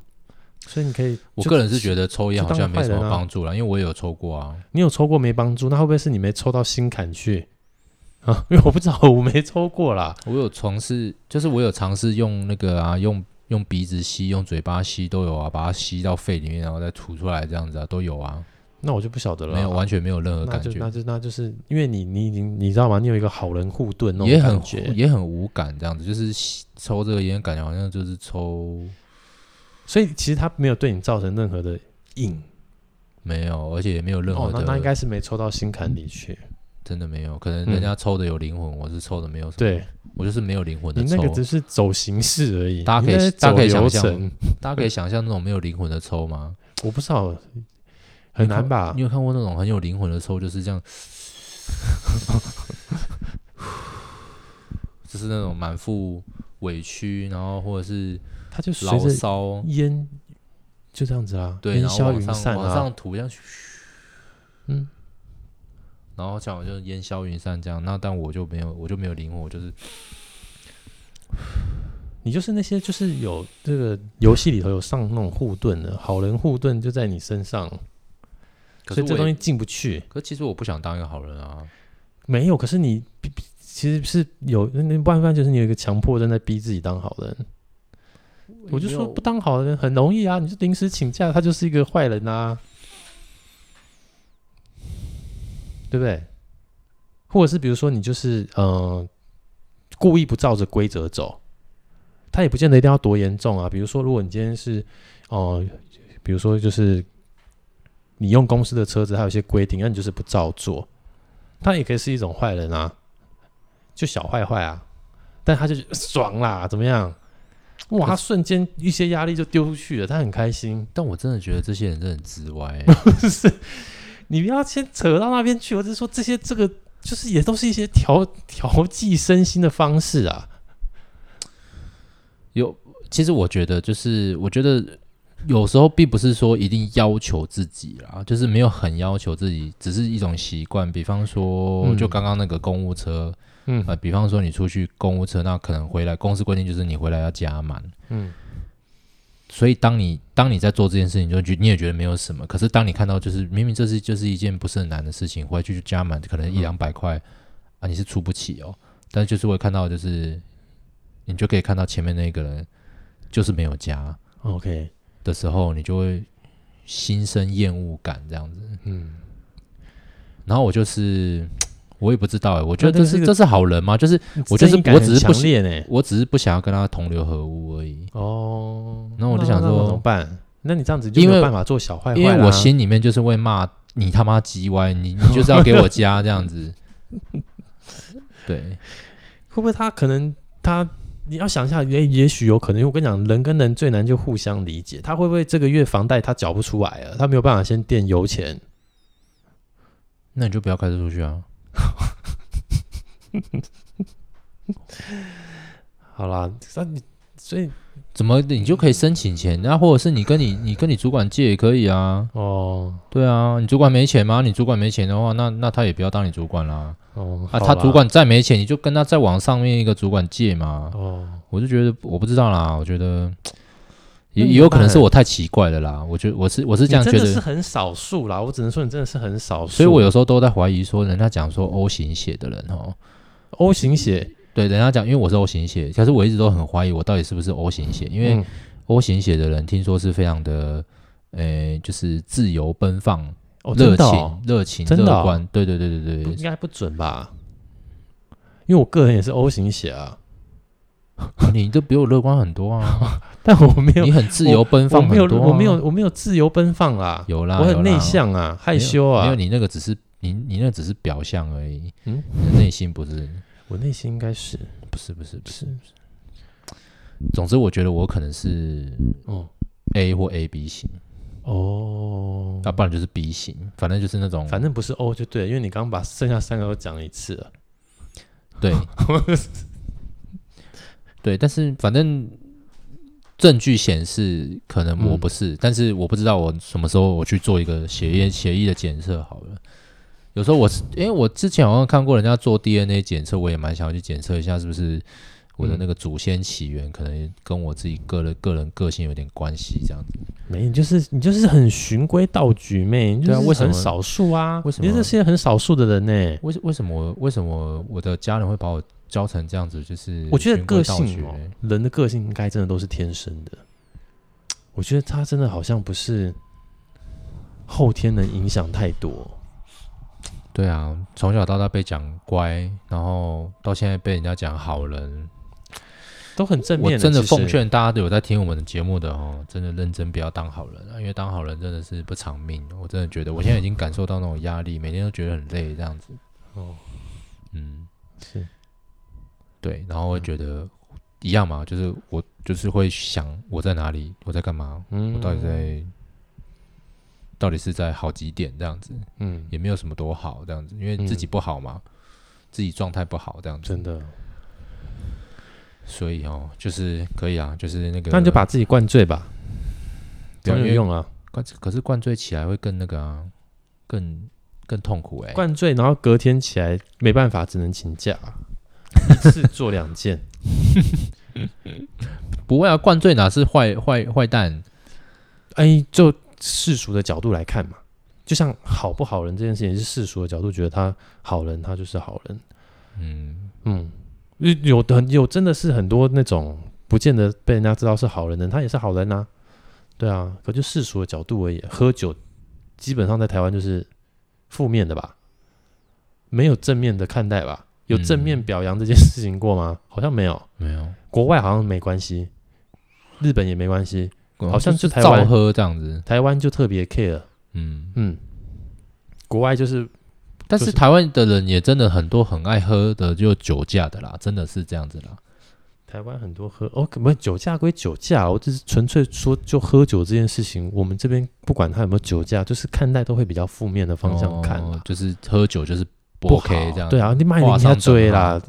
Speaker 1: 所以你可以，
Speaker 2: 我个人是觉得抽烟
Speaker 1: 就
Speaker 2: 好像
Speaker 1: 当个坏
Speaker 2: 没什么
Speaker 1: 人啊
Speaker 2: 帮助啦，因为我也有抽过啊，
Speaker 1: 你有抽过没帮助，那会不会是你没抽到心坎去 啊？因为我不知道，我没抽过啦。
Speaker 2: 我有尝试，就是我有尝试用那个啊，用用鼻子吸，用嘴巴吸都有啊，把它吸到肺里面，然后再吐出来这样子啊，都有啊，
Speaker 1: 那我就不晓得了啊，
Speaker 2: 没有完全没有任何
Speaker 1: 那
Speaker 2: 感
Speaker 1: 就
Speaker 2: 觉
Speaker 1: 那，就那就是因为你你已经你知道吗？你有一个好人护盾那种
Speaker 2: 也很
Speaker 1: 感觉，
Speaker 2: 也很无感这样子，就是吸抽这个烟感觉好像就是抽，
Speaker 1: 所以其实他没有对你造成任何的瘾，
Speaker 2: 没有，而且也没有任
Speaker 1: 哦
Speaker 2: 何，的，嗯
Speaker 1: 那那应该嗯是没抽到心坎里去。
Speaker 2: 真的没有。可能人家抽的有灵魂，我是抽的没有什么，
Speaker 1: 对
Speaker 2: 我就是没有灵魂
Speaker 1: 你
Speaker 2: 的
Speaker 1: 那
Speaker 2: 抽
Speaker 1: 个。只是走形式而已，
Speaker 2: 大家可以
Speaker 1: 你那是
Speaker 2: 大家
Speaker 1: 走
Speaker 2: 可以想
Speaker 1: 流
Speaker 2: 象
Speaker 1: 程。
Speaker 2: 大家可以想象那种没有灵魂的抽吗？
Speaker 1: 我不知道，很难吧
Speaker 2: 你？有看过那种很有灵魂的抽，就是这样， 就是那种满腹委屈，然后或者是
Speaker 1: 它就随
Speaker 2: 牢
Speaker 1: 着
Speaker 2: 骚，
Speaker 1: 烟就这样子啊，
Speaker 2: 对，
Speaker 1: 烟
Speaker 2: 然后
Speaker 1: 消
Speaker 2: 往
Speaker 1: 云
Speaker 2: 上
Speaker 1: 散
Speaker 2: 往
Speaker 1: 啊。
Speaker 2: 上吐，这样，
Speaker 1: 嗯，
Speaker 2: 然后像我就烟消云散这样。那但我就没有，我就没有灵魂，我就是
Speaker 1: 你就是那些就是有这个游戏里头有上那种护盾的好人护盾就在你身上，
Speaker 2: 可
Speaker 1: 所
Speaker 2: 是
Speaker 1: 以这
Speaker 2: 我
Speaker 1: 东
Speaker 2: 也
Speaker 1: 西进不去。
Speaker 2: 可是其实我不想当一个好人啊。
Speaker 1: 没有，可是你逼逼其实是有那那不然不然就是你有一个强迫症在逼自己当好人。我就
Speaker 2: 没
Speaker 1: 说
Speaker 2: 有
Speaker 1: 不当好人很容易啊，你就临时请假，他就是一个坏人啊，对不对？或者是比如说你就是嗯、呃故意不照着规则走，他也不见得一定要多严重啊。比如说，如果你今天是哦、呃比如说就是你用公司的车子，它有一些规定，那你就是不照做，他也可以是一种坏人啊，就小坏坏啊，但他就觉得爽啦，怎么样？哇，他瞬间一些压力就丢出去了，他很开心。
Speaker 2: 但我真的觉得这些人真的很直歪欸、
Speaker 1: 就是你不要先扯到那边去，我是说这些这个就是也都是一些调调剂身心的方式啊。
Speaker 2: 有，其实我觉得就是，我觉得有时候并不是说一定要求自己啦，就是没有很要求自己，只是一种习惯。比方说，
Speaker 1: 嗯
Speaker 2: 就刚刚那个公务车，
Speaker 1: 嗯
Speaker 2: 呃，比方说你出去公务车，那可能回来公司规定就是你回来要加满。
Speaker 1: 嗯，
Speaker 2: 所以当你当你在做这件事情，你就觉你也觉得没有什么。可是当你看到就是明明这是就是一件不是很难的事情，回去就加满可
Speaker 1: 嗯
Speaker 2: 能一两百块、啊，你是出不起哦。但就是会看到就是你就可以看到前面那个人就是没有加
Speaker 1: OK，
Speaker 2: 的时候，你就会心生厌恶感这样子。
Speaker 1: 嗯，
Speaker 2: 然后我就是我也不知道哎，我觉
Speaker 1: 那
Speaker 2: 得这
Speaker 1: 这
Speaker 2: 是
Speaker 1: 个
Speaker 2: 这是好人吗？就是我就是
Speaker 1: 正义感
Speaker 2: 我只是不
Speaker 1: 很强烈呢、
Speaker 2: 我只是不想要跟他同流合污而已。
Speaker 1: 哦，
Speaker 2: 那我就想
Speaker 1: 那那
Speaker 2: 说
Speaker 1: 怎么办？那你这样子就没
Speaker 2: 因为
Speaker 1: 有办法做小坏哎坏啊
Speaker 2: 因
Speaker 1: 啦
Speaker 2: 为我心里面就是会骂你他妈鸡歪，你你就是要给我加这 样子。对，
Speaker 1: 会不会他可能他你要想一下，也也许有可能，因为我跟你讲，人跟人最难就互相理解。他会不会这个月房贷他缴不出来了，他没有办法先垫油钱，
Speaker 2: 那你就不要开车出去啊。
Speaker 1: 好啦，那你所以
Speaker 2: 怎么你就可以申请钱？那、或者是你跟你你跟你主管借也可以啊。
Speaker 1: 哦
Speaker 2: 对啊，你主管没钱吗？你主管没钱的话，那那他也不要当你主管啦。
Speaker 1: 哦，好
Speaker 2: 啊，他
Speaker 1: 啦
Speaker 2: 主管再没钱，你就跟他再往上面一个主管借嘛。
Speaker 1: 哦，
Speaker 2: 我就觉得我不知道啦，我觉得也
Speaker 1: 那你
Speaker 2: 也有
Speaker 1: 怎么
Speaker 2: 可能是
Speaker 1: 办
Speaker 2: 我太奇怪了啦。我觉得我是我是
Speaker 1: 你
Speaker 2: 这样
Speaker 1: 真
Speaker 2: 觉
Speaker 1: 的
Speaker 2: 得
Speaker 1: 是，很少数啦，我只能说你真的哦是很少数。
Speaker 2: 所以我有时候哦都在怀疑说，人家讲说 O 型血的人哦，
Speaker 1: O 型血，
Speaker 2: 对，人家讲，因为我是 O 型血，可是我一直都很怀疑我到底是不是 O 型血，因为
Speaker 1: 嗯
Speaker 2: O 型血的人听说是非常的，呃、就是自由奔放、
Speaker 1: 哦，
Speaker 2: 热
Speaker 1: 真的
Speaker 2: 情、
Speaker 1: 哦、
Speaker 2: 热情、
Speaker 1: 真的哦
Speaker 2: 乐观，对对对对
Speaker 1: 不
Speaker 2: 对
Speaker 1: 应
Speaker 2: 对，
Speaker 1: 该不准吧？因为我个人也是 O 型血啊，
Speaker 2: 你都比我乐观很多啊，
Speaker 1: 但 我没有
Speaker 2: 你，很自由奔
Speaker 1: 我
Speaker 2: 放
Speaker 1: 没
Speaker 2: 很
Speaker 1: 有，
Speaker 2: 多、啊
Speaker 1: 我没有，，我没有自由奔放啦，
Speaker 2: 有啦，
Speaker 1: 我
Speaker 2: 有啦
Speaker 1: 很内向啊，害羞
Speaker 2: 没有
Speaker 1: 啊，
Speaker 2: 你那个只是你你那只是表象而已，嗯
Speaker 1: 嗯，
Speaker 2: 你的内心不是
Speaker 1: 我内心应该是
Speaker 2: 不是不是不是
Speaker 1: 是，
Speaker 2: 总之我觉得我可能是
Speaker 1: 哦
Speaker 2: A 或 AB 型。
Speaker 1: 哦，
Speaker 2: 啊要、不然就是 B 型，反正就是那种，
Speaker 1: 反正不是 O 就对了，因为你刚刚把剩下三个都讲了一次了。
Speaker 2: 对， 对，但是反正证据显示可能我
Speaker 1: 嗯
Speaker 2: 不是，但是我不知道我什么时候我去做一个血液血液的检测好了。有时候我是，因为我之前好像看过人家做 DNA 检测，我也蛮想要去检测一下，是不是我
Speaker 1: 嗯
Speaker 2: 的那个祖先起源可能跟我自己个人个人个性有点关系，这样子。
Speaker 1: 没，你就是你就是很循规蹈矩妹，你就
Speaker 2: 对啊
Speaker 1: 是
Speaker 2: 为什么
Speaker 1: 很少数啊？
Speaker 2: 为什
Speaker 1: 你
Speaker 2: 么
Speaker 1: 这是很少数的人呢、
Speaker 2: 为什为什么为什么我的家人会把我教成这样子？就是
Speaker 1: 我觉得
Speaker 2: 循规
Speaker 1: 个
Speaker 2: 蹈矩
Speaker 1: 性哦、
Speaker 2: 欸
Speaker 1: 人的个性应该真的都是天生的。我觉得他真的好像不是后天能影响太多。
Speaker 2: 对啊，从小到大被讲乖，然后到现在被人家讲好人，
Speaker 1: 都很正面
Speaker 2: 我
Speaker 1: 的。
Speaker 2: 真的
Speaker 1: 其实
Speaker 2: 奉，劝大家都有在听我们的节目的哦，真的认真不要当好人啊，因为当好人真的是不偿命。我真的觉得，我现在已经感受到那种压力，每天都觉得很累，这样子。
Speaker 1: 哦，
Speaker 2: 嗯，
Speaker 1: 是嗯
Speaker 2: 对。然后我会觉得、一样嘛，就是我就是会想我在哪里，我在干嘛，
Speaker 1: 嗯，
Speaker 2: 我到底在、到底是在好几点这样子，
Speaker 1: 嗯，
Speaker 2: 也没有什么多好这样子，因为自己不好嘛，自己状态不好这样子，
Speaker 1: 真的，
Speaker 2: 所以哦，就是可以啊，就是那个，
Speaker 1: 那你就把自己灌醉吧，
Speaker 2: 对
Speaker 1: 总
Speaker 2: 啊因
Speaker 1: 有
Speaker 2: 为
Speaker 1: 用啊。
Speaker 2: 灌，可是灌醉起来会更那个啊，更更痛苦哎、
Speaker 1: 灌醉，然后隔天起来没办法，只能请 假，一次做两件。
Speaker 2: 不会啊，灌醉哪是坏坏坏蛋？
Speaker 1: 哎，就世俗的角度来看嘛，就像好不好人这件事情，是世俗的角度觉得他好人，他就是好人。
Speaker 2: 嗯，
Speaker 1: 嗯，有的很有真的是很多那种不见得被人家知道是好人的，他也是好人啊。对啊，可就世俗的角度而言，喝酒基本上在台湾就是负面的吧，没有正面的看待吧？有正面
Speaker 2: 嗯
Speaker 1: 表扬这件事情过吗？好像没有。
Speaker 2: 没有，
Speaker 1: 国外好像没关系，日本也没关系，好像
Speaker 2: 就是
Speaker 1: 台湾
Speaker 2: 照喝这样子，
Speaker 1: 台湾就特别 care。
Speaker 2: 嗯，
Speaker 1: 嗯，国外就是
Speaker 2: 但
Speaker 1: 就是
Speaker 2: 是台湾的人也真的很多很爱喝的，就酒驾的啦，真的是这样子啦。
Speaker 1: 台湾很多喝哦，可不酒驾归酒驾哦，我只是纯粹说就喝酒这件事情，我们这边不管他有没有酒驾，就是看待都会比较负面的方向看
Speaker 2: 哦
Speaker 1: 啦，
Speaker 2: 就是喝酒就是不
Speaker 1: 不
Speaker 2: OK
Speaker 1: 好
Speaker 2: 这样。
Speaker 1: 对
Speaker 2: 啊，
Speaker 1: 啊，你卖
Speaker 2: 画
Speaker 1: 人家
Speaker 2: 上等
Speaker 1: 追啦，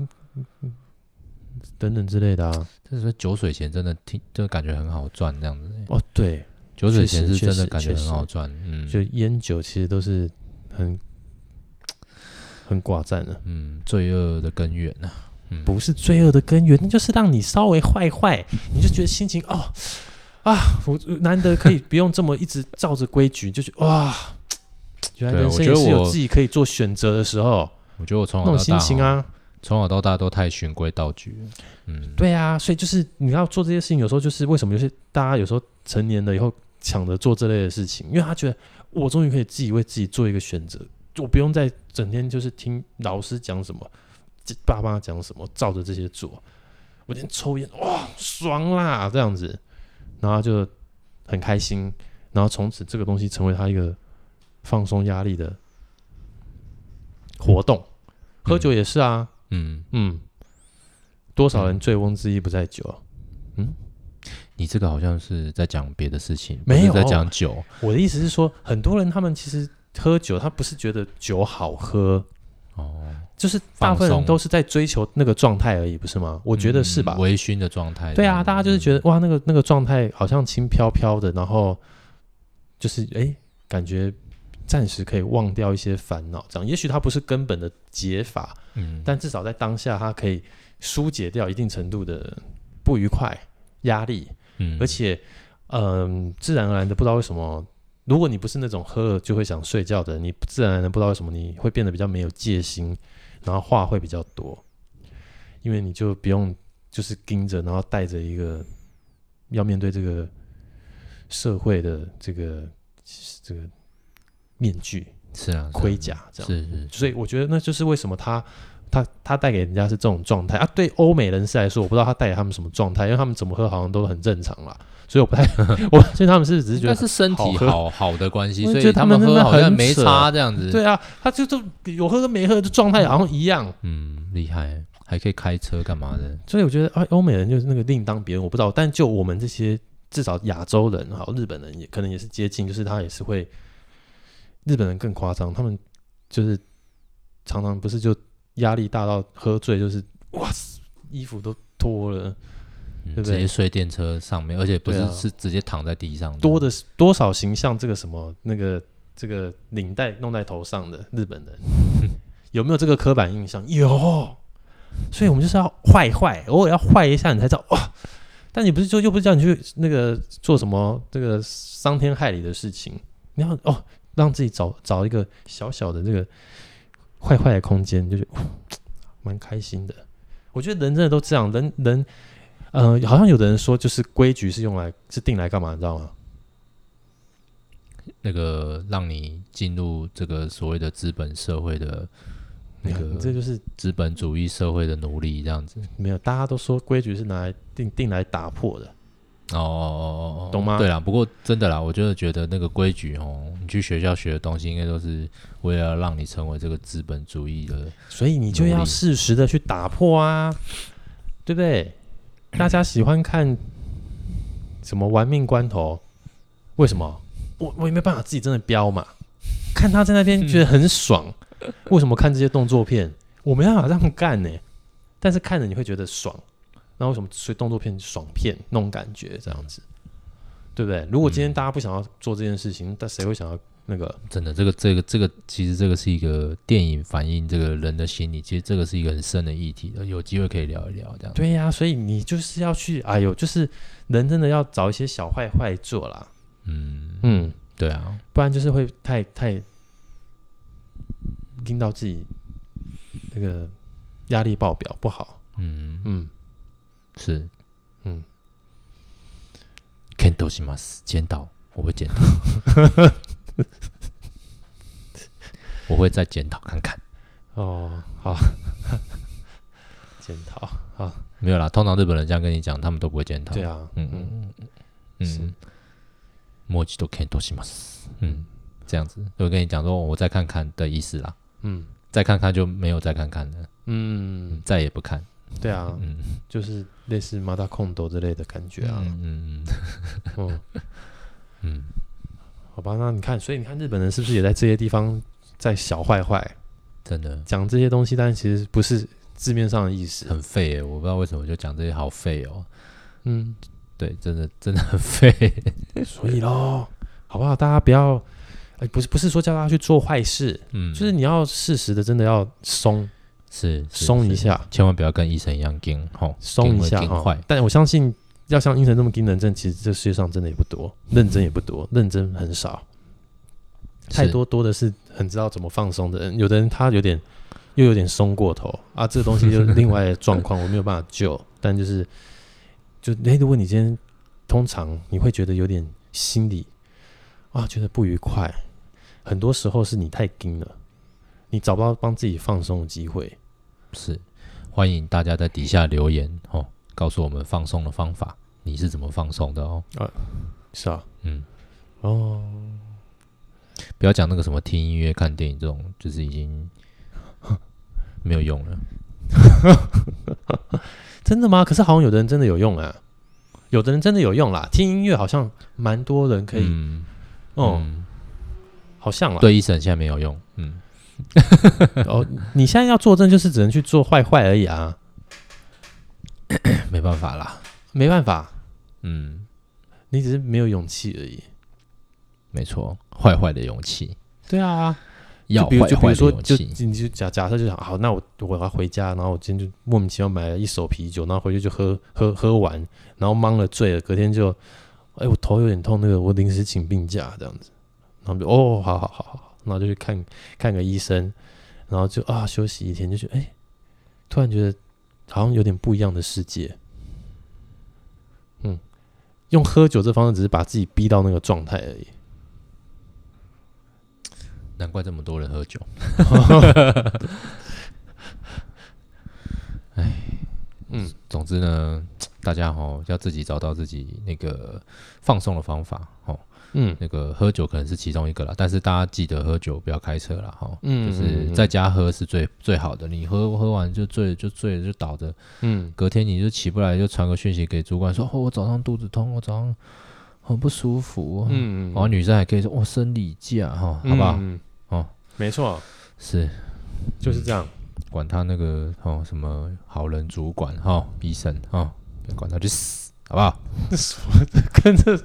Speaker 1: 等等之类的啊。
Speaker 2: 就是酒水钱真的挺，就感觉很好赚这样子。
Speaker 1: 哦，对，
Speaker 2: 酒水钱
Speaker 1: 确
Speaker 2: 是
Speaker 1: 实
Speaker 2: 真的
Speaker 1: 确实
Speaker 2: 感觉
Speaker 1: 确实
Speaker 2: 很好赚，嗯，
Speaker 1: 就烟酒其实都是很很寡占的。
Speaker 2: 嗯，罪恶的根源啊，
Speaker 1: 不是罪恶的根源，那就是让你稍微坏坏，你就觉得心情哦啊，我难得可以不用这么一直照着规矩，就觉得哇，原来
Speaker 2: 对
Speaker 1: 人
Speaker 2: 我
Speaker 1: 生
Speaker 2: 觉
Speaker 1: 也
Speaker 2: 得
Speaker 1: 是有
Speaker 2: 我哦
Speaker 1: 自己可以做选择的时候，
Speaker 2: 我觉得我从
Speaker 1: 那种
Speaker 2: 小到大
Speaker 1: 心情
Speaker 2: 哦，
Speaker 1: 啊，
Speaker 2: 从小到大都太循规蹈矩了，嗯，
Speaker 1: 对啊，所以就是你要做这些事情，有时候就是为什么有些大家有时候成年了以后抢着做这类的事情，因为他觉得我终于可以自己为自己做一个选择，我不用再整天就是听老师讲什么，这爸妈讲什么，照着这些做。我今天抽烟，哇，爽啦，这样子，然后他就很开心，然后从此这个东西成为他一个放松压力的活动。喝酒也是啊，
Speaker 2: 嗯，
Speaker 1: 嗯，多少人醉翁之意不在酒啊？
Speaker 2: 你这个好像是在讲别的事情，不
Speaker 1: 没
Speaker 2: 是
Speaker 1: 有
Speaker 2: 在讲酒，
Speaker 1: 我的意思是说，很多人他们其实喝酒，他不是觉得酒好喝，
Speaker 2: 哦，
Speaker 1: 就是大部分人
Speaker 2: 放松
Speaker 1: 都是在追求那个状态而已，不是吗？我觉得是吧
Speaker 2: 嗯？微醺的状态，
Speaker 1: 对啊，大家就是觉得哇，那个那个状态好像轻飘飘的，然后就是哎、诶感觉暂时可以忘掉一些烦恼，这样。也许它不是根本的解法，
Speaker 2: 嗯，
Speaker 1: 但至少在当下，它可以疏解掉一定程度的不愉快、压力，
Speaker 2: 嗯，
Speaker 1: 而且，嗯，自然而然的不知道为什么，如果你不是那种喝了就会想睡觉的人，你自然而然的不知道为什么你会变得比较没有戒心，然后话会比较多，因为你就不用就是盯着，然后带着一个要面对这个社会的这个这个面具
Speaker 2: 是啊，是啊
Speaker 1: 盔甲这样。
Speaker 2: 是是，
Speaker 1: 所以我觉得那就是为什么他他他带给人家是这种状态啊。对欧美人士来说，我不知道他带给他们什么状态，因为他们怎么喝好像都很正常啦。所以我不太， 我所以他们是只是觉
Speaker 2: 但
Speaker 1: 得。
Speaker 2: 是身
Speaker 1: 好
Speaker 2: 体
Speaker 1: 喝
Speaker 2: 好好的关
Speaker 1: 我
Speaker 2: 系，所
Speaker 1: 觉得
Speaker 2: 以
Speaker 1: 他
Speaker 2: 他
Speaker 1: 们
Speaker 2: 们
Speaker 1: 真
Speaker 2: 喝
Speaker 1: 的
Speaker 2: 好像
Speaker 1: 很
Speaker 2: 没
Speaker 1: 扯
Speaker 2: 差这样子，
Speaker 1: 对啊，他就都有喝跟没喝的状态好像一样，
Speaker 2: 嗯，厉害，还可以开车干嘛的？
Speaker 1: 所以我觉得啊，欧美人就是那个另当别人，我不知道。但就我们这些至少亚洲人哈，日本人也可能也是接近，就是他也是会，日本人更夸张，他们就是常常不是就压力大到喝醉，就是哇塞，衣服都脱了，对
Speaker 2: 嗯
Speaker 1: 不
Speaker 2: 直
Speaker 1: 对
Speaker 2: 接睡电车上面，而且不
Speaker 1: 对
Speaker 2: 是
Speaker 1: 啊
Speaker 2: 是直接躺在地上，
Speaker 1: 多的是多少形象这个什么那个这个领带弄在头上的日本人， 有没有这个刻板印象？有，所以我们就是要坏坏，偶尔要坏一下，你才知道哇。但你不是就又不是叫你去那个做什么这个伤天害理的事情，你要哦让自己找找一个小小的这个坏坏的空间，你就觉得哦蛮开心的。我觉得人真的都这样，人人呃，好像有的人说就是规矩是用来是定来干嘛，你知道吗？
Speaker 2: 那个让你进入这个所谓的资本社会的
Speaker 1: 你
Speaker 2: 那
Speaker 1: 看，
Speaker 2: 个
Speaker 1: 这就是
Speaker 2: 资本主义社会的奴隶这样子。
Speaker 1: 没有，大家都说规矩是拿来定定来打破的。
Speaker 2: 哦哦哦哦，
Speaker 1: 懂吗
Speaker 2: 对啦，不过真的啦，我就是觉得那个规矩哦，你去学校学的东西，应该都是为了让你成为这个资本主义的。
Speaker 1: 所以你就
Speaker 2: 努力
Speaker 1: 要适时的去打破啊，对不对？大家喜欢看什么玩命关头？为什么？我我也没办法自己真的飙嘛，看他在那边觉得很爽。为什么看这些动作片？我没办法这样干呢、但是看着你会觉得爽。那为什么所以动作片爽片那种感觉这样子，对不对？如果今天大家不想要做这件事情，但谁会想要那个？
Speaker 2: 真的，这个这个这个，其实这个是一个电影反映这个人的心理，其实这个是一个很深的议题的，有机会可以聊一聊这样。
Speaker 1: 对呀、所以你就是要去，哎呦，就是人真的要找一些小坏坏做啦，
Speaker 2: 嗯，
Speaker 1: 嗯，
Speaker 2: 对啊，
Speaker 1: 不然就是会太太盯到自己那个压力爆表不好，
Speaker 2: 嗯，
Speaker 1: 嗯，
Speaker 2: 是，
Speaker 1: 嗯
Speaker 2: ，Kendo s i m a s 剪刀，我会剪刀， 我会再检讨看看。
Speaker 1: 哦，好， 检讨，
Speaker 2: 没有啦，通常日本人这样跟你讲，他们都不会检讨。
Speaker 1: 对啊，
Speaker 2: 嗯
Speaker 1: 嗯，
Speaker 2: 嗯
Speaker 1: 是
Speaker 2: 嗯，もう一度検討します。嗯，这样子，就跟你讲说我再看看的意思啦，
Speaker 1: 嗯
Speaker 2: 再看看就没有再看看了，
Speaker 1: 嗯，
Speaker 2: 再也不看。
Speaker 1: 对啊，
Speaker 2: 嗯，
Speaker 1: 就是类似马达控斗之类的感觉啊，
Speaker 2: 嗯嗯
Speaker 1: 嗯，
Speaker 2: 嗯，
Speaker 1: 好吧，那你看，所以你看日本人是不是也在这些地方在小坏坏？
Speaker 2: 真的
Speaker 1: 讲这些东西，但其实不是字面上的意思。
Speaker 2: 很废耶，我不知道为什么就讲这些好废哦。
Speaker 1: 嗯，
Speaker 2: 对，真的真的很废。
Speaker 1: 所以咯，好不好？大家不要，哎、不是不是说叫大家去做坏事，
Speaker 2: 嗯，
Speaker 1: 就是你要适时的，真的要松
Speaker 2: 是是
Speaker 1: 松一
Speaker 2: 是
Speaker 1: 下，
Speaker 2: 千万不要跟医生一样硬吼，
Speaker 1: 松一
Speaker 2: 硬会
Speaker 1: 下
Speaker 2: 硬
Speaker 1: 哈
Speaker 2: 坏。。
Speaker 1: 但我相信，要像阴神这么盯人症，其实这世界上真的也不多，认真也不多，认真很少，太
Speaker 2: 是
Speaker 1: 多多的是很知道怎么放松的人。有的人他有点又有点松过头啊，这个东西就是另外的状况，我没有办法救。但就是就哎、如果你今天通常你会觉得有点心里啊觉得不愉快，很多时候是你太盯了，你找不到帮自己放松的机会。
Speaker 2: 是，欢迎大家在底下留言哦，告诉我们放松的方法，你是怎么放松的哦？
Speaker 1: 是啊，
Speaker 2: 嗯，
Speaker 1: 哦，
Speaker 2: 不要讲那个什么听音乐、看电影这种，就是已经 没有用了。
Speaker 1: 真的吗？可是好像有的人真的有用啊，有的人真的有用啦。听音乐好像蛮多人可以，
Speaker 2: 嗯，
Speaker 1: 哦、
Speaker 2: 嗯
Speaker 1: 好像啦。
Speaker 2: 对医生现在没有用。 嗯，
Speaker 1: 哦，你现在要作证就是只能去做坏坏而已啊，
Speaker 2: 没办法啦。
Speaker 1: 没办法，
Speaker 2: 嗯，
Speaker 1: 你只是没有勇气而已。
Speaker 2: 没错，坏坏的勇气，
Speaker 1: 对啊，
Speaker 2: 要
Speaker 1: 就比如
Speaker 2: 坏
Speaker 1: 就比
Speaker 2: 坏
Speaker 1: 如
Speaker 2: 的
Speaker 1: 说
Speaker 2: 勇
Speaker 1: 就
Speaker 2: 气。
Speaker 1: 你就假假设就想好，那我我要回家，然后我今天就莫名其妙买了一手啤酒，然后回去就喝喝喝完，然后懵了醉了，隔天就哎、我头有点痛，那个我临时请病假这样子，然后就哦好好好好好，然后就去看看个医生，然后就啊休息一天，就觉得哎、突然觉得好像有点不一样的世界，嗯，用喝酒这方面只是把自己逼到那个状态而已。
Speaker 2: 难怪这么多人喝酒。
Speaker 1: 嗯，
Speaker 2: 总之呢，大家哦要自己找到自己那个放松的方法哦。
Speaker 1: 嗯
Speaker 2: 那个喝酒可能是其中一个啦，但是大家记得喝酒不要开车啦，哈，
Speaker 1: 嗯
Speaker 2: 就是在家喝是最最好的。你喝喝完就醉了，就醉了就倒着，
Speaker 1: 嗯
Speaker 2: 隔天你就起不来，就传个讯息给主管说，哦，我早上肚子痛，我早上很不舒服。嗯，
Speaker 1: 嗯
Speaker 2: 然后女生还可以说，哦，生理假哈，好不好？
Speaker 1: 嗯
Speaker 2: 哦，
Speaker 1: 没错，
Speaker 2: 是，
Speaker 1: 就是这样。
Speaker 2: 管他那个哦什么好人主管哈、哦，医生哈、哦，别管他去死，好不好？
Speaker 1: 跟这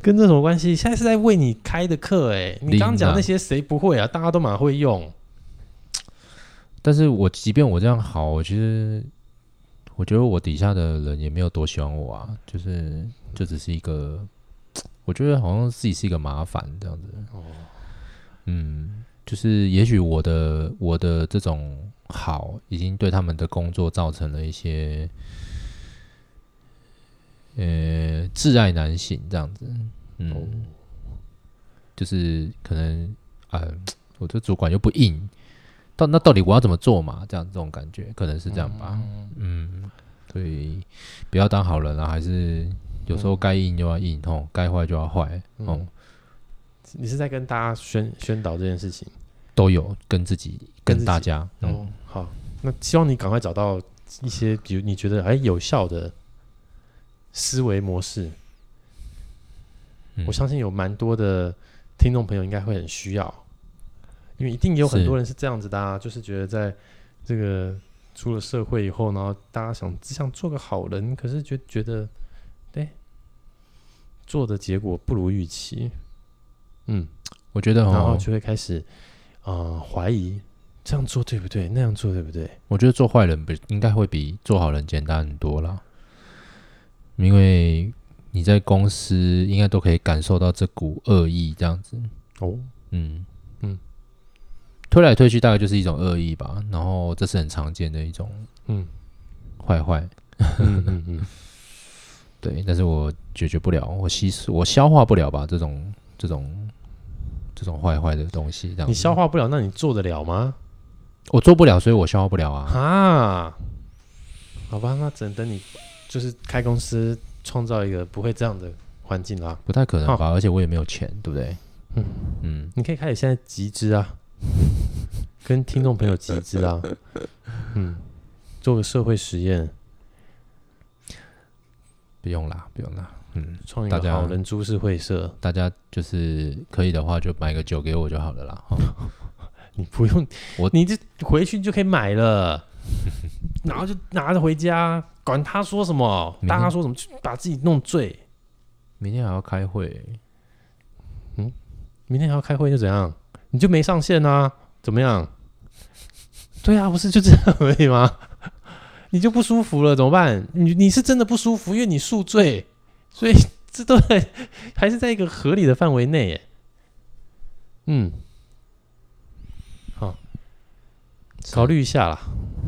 Speaker 1: 跟这什么关系？现在是在为你开的课哎、你刚刚讲那些谁不会啊？大家都蛮会用。
Speaker 2: 但是我即便我这样好，我其实我觉得我底下的人也没有多喜欢我啊，就是就只是一个，我觉得好像自己是一个麻烦这样子。
Speaker 1: 哦，
Speaker 2: 嗯，就是也许我的我的这种好，已经对他们的工作造成了一些。呃，挚爱难行这样子，嗯，
Speaker 1: 哦
Speaker 2: 就是可能啊、我这主管又不硬，到那到底我要怎么做嘛？这样这种感觉可能是这样吧。嗯，所以不要当好人啊，还是有时候该硬就要硬，哦，该坏就要坏，
Speaker 1: 嗯
Speaker 2: 哦，
Speaker 1: 你是在跟大家宣宣导这件事情。
Speaker 2: 都有跟自己
Speaker 1: 跟
Speaker 2: 跟
Speaker 1: 自己
Speaker 2: 大家，嗯，
Speaker 1: 哦，好，那希望你赶快找到一些，比如你觉得哎有效的思维模式。
Speaker 2: 嗯
Speaker 1: 我相信有蛮多的听众朋友应该会很需要，因为一定有很
Speaker 2: 是
Speaker 1: 多人是这样子的、啊，就是觉得在这个出了社会以后，然后大家想只想做个好人，可是觉觉得，哎，做的结果不如预期，嗯，
Speaker 2: 我觉得
Speaker 1: 然后
Speaker 2: 哦，
Speaker 1: 就会开始啊怀、疑这样做对不对，那样做对不对？
Speaker 2: 我觉得做坏人比应该会比做好人简单很多啦，因为你在公司应该都可以感受到这股恶意，这样子，
Speaker 1: 哦，
Speaker 2: 嗯
Speaker 1: 嗯
Speaker 2: 嗯，推来推去大概就是一种恶意吧，然后这是很常见的一种
Speaker 1: 嗯
Speaker 2: 坏坏，
Speaker 1: 嗯嗯嗯，
Speaker 2: 对，但是我解决不了，我吸收我消化不了吧这种这种这种坏坏的东西，这样
Speaker 1: 你
Speaker 2: 子
Speaker 1: 消化不了，那你做得了吗？
Speaker 2: 我做不了，所以我消化不了啊，
Speaker 1: 啊，好吧，那只能等你就是开公司，创造一个不会这样的环境啦。
Speaker 2: 不太可能吧，而且我也没有钱，对不对？
Speaker 1: 嗯
Speaker 2: 嗯嗯，
Speaker 1: 你可以开始现在集资 啊，跟听众朋友集资啊，嗯，做个社会实验，
Speaker 2: 不用啦，不用啦，嗯，
Speaker 1: 创一
Speaker 2: 大
Speaker 1: 个
Speaker 2: 家
Speaker 1: 好人株式会社，
Speaker 2: 大家就是可以的话就买个酒给我就好了啦，哈，
Speaker 1: 你不用
Speaker 2: 我
Speaker 1: 你这回去就可以买了， 然后就拿着回家，管他说什么，
Speaker 2: 明天
Speaker 1: 大家说什么，就把自己弄醉。
Speaker 2: 明天还要开会，
Speaker 1: 明天还要开会就怎样？你就没上线啊？怎么样？对啊，不是就这样而已吗？你就不舒服了怎么办？你你是真的不舒服，因为你宿醉，所以这都还还是在一个合理的范围内耶。嗯，好，考虑一下啦。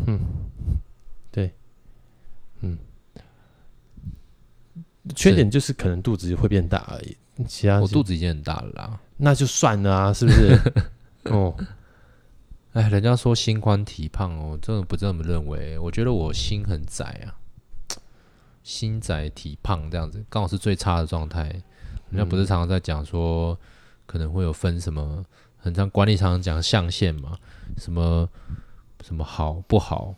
Speaker 1: 嗯，对，嗯，缺点就是可能肚子会变大而已，其他
Speaker 2: 我
Speaker 1: 是
Speaker 2: 肚子已经很大了啦，
Speaker 1: 那就算了啊，是不是？ 哦，
Speaker 2: 哎，人家说心宽体胖哦，我真的不这么认为。我觉得我心很窄啊，心窄体胖这样子，刚好是最差的状态。人家
Speaker 1: 嗯
Speaker 2: 不是常常在讲说，可能会有分什么，很常管理常常讲象限嘛，什么什么好不好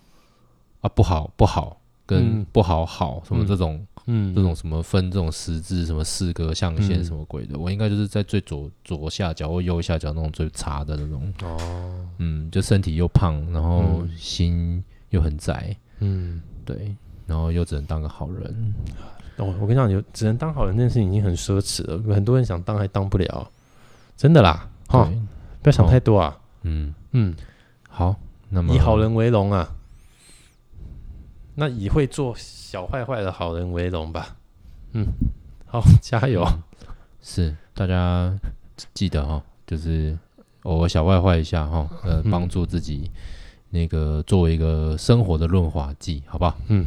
Speaker 2: 啊，不好不好跟
Speaker 1: 嗯
Speaker 2: 不好好什么
Speaker 1: 嗯
Speaker 2: 这种、
Speaker 1: 嗯，
Speaker 2: 这种什么分这种十字什么四个象限
Speaker 1: 嗯
Speaker 2: 什么鬼的，我应该就是在最左左下角或右下角那种最差的那种。
Speaker 1: 哦，
Speaker 2: 嗯，就身体又胖，然后
Speaker 1: 嗯
Speaker 2: 心又很窄，
Speaker 1: 嗯，
Speaker 2: 对，然后又只能当个好人。
Speaker 1: 我哦我跟你讲，有只能当好人这件事情已经很奢侈了，很多人想当还当不了，真的啦，哈，
Speaker 2: 对，
Speaker 1: 不要想太多啊，
Speaker 2: 嗯，
Speaker 1: 嗯，
Speaker 2: 好，那么
Speaker 1: 以好人为荣啊，那以会做小坏坏的好人为荣吧，嗯，好，加油，
Speaker 2: 嗯是大家记得哈、就是偶尔小坏坏一下哈、呃，
Speaker 1: 嗯
Speaker 2: 帮助自己那个作为一个生活的润滑剂，好不好？
Speaker 1: 嗯，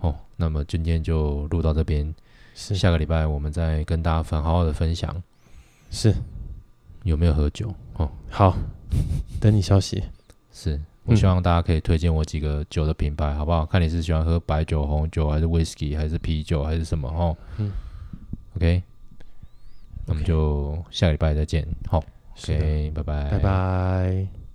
Speaker 2: 哦，那么今天就录到这边，
Speaker 1: 是
Speaker 2: 下个礼拜我们再跟大家分好好的分享
Speaker 1: 是，
Speaker 2: 有没有喝酒哦。
Speaker 1: 好，等你消息，
Speaker 2: 是我
Speaker 1: 嗯
Speaker 2: 希望大家可以推荐我几个酒的品牌，好不好？看你是喜欢喝白酒、红酒，还是 whisky，还是啤酒，还是什么？哦，
Speaker 1: 嗯
Speaker 2: ，OK，那我们就下个礼拜再见。好
Speaker 1: 是的
Speaker 2: ，OK，拜拜，
Speaker 1: 拜拜。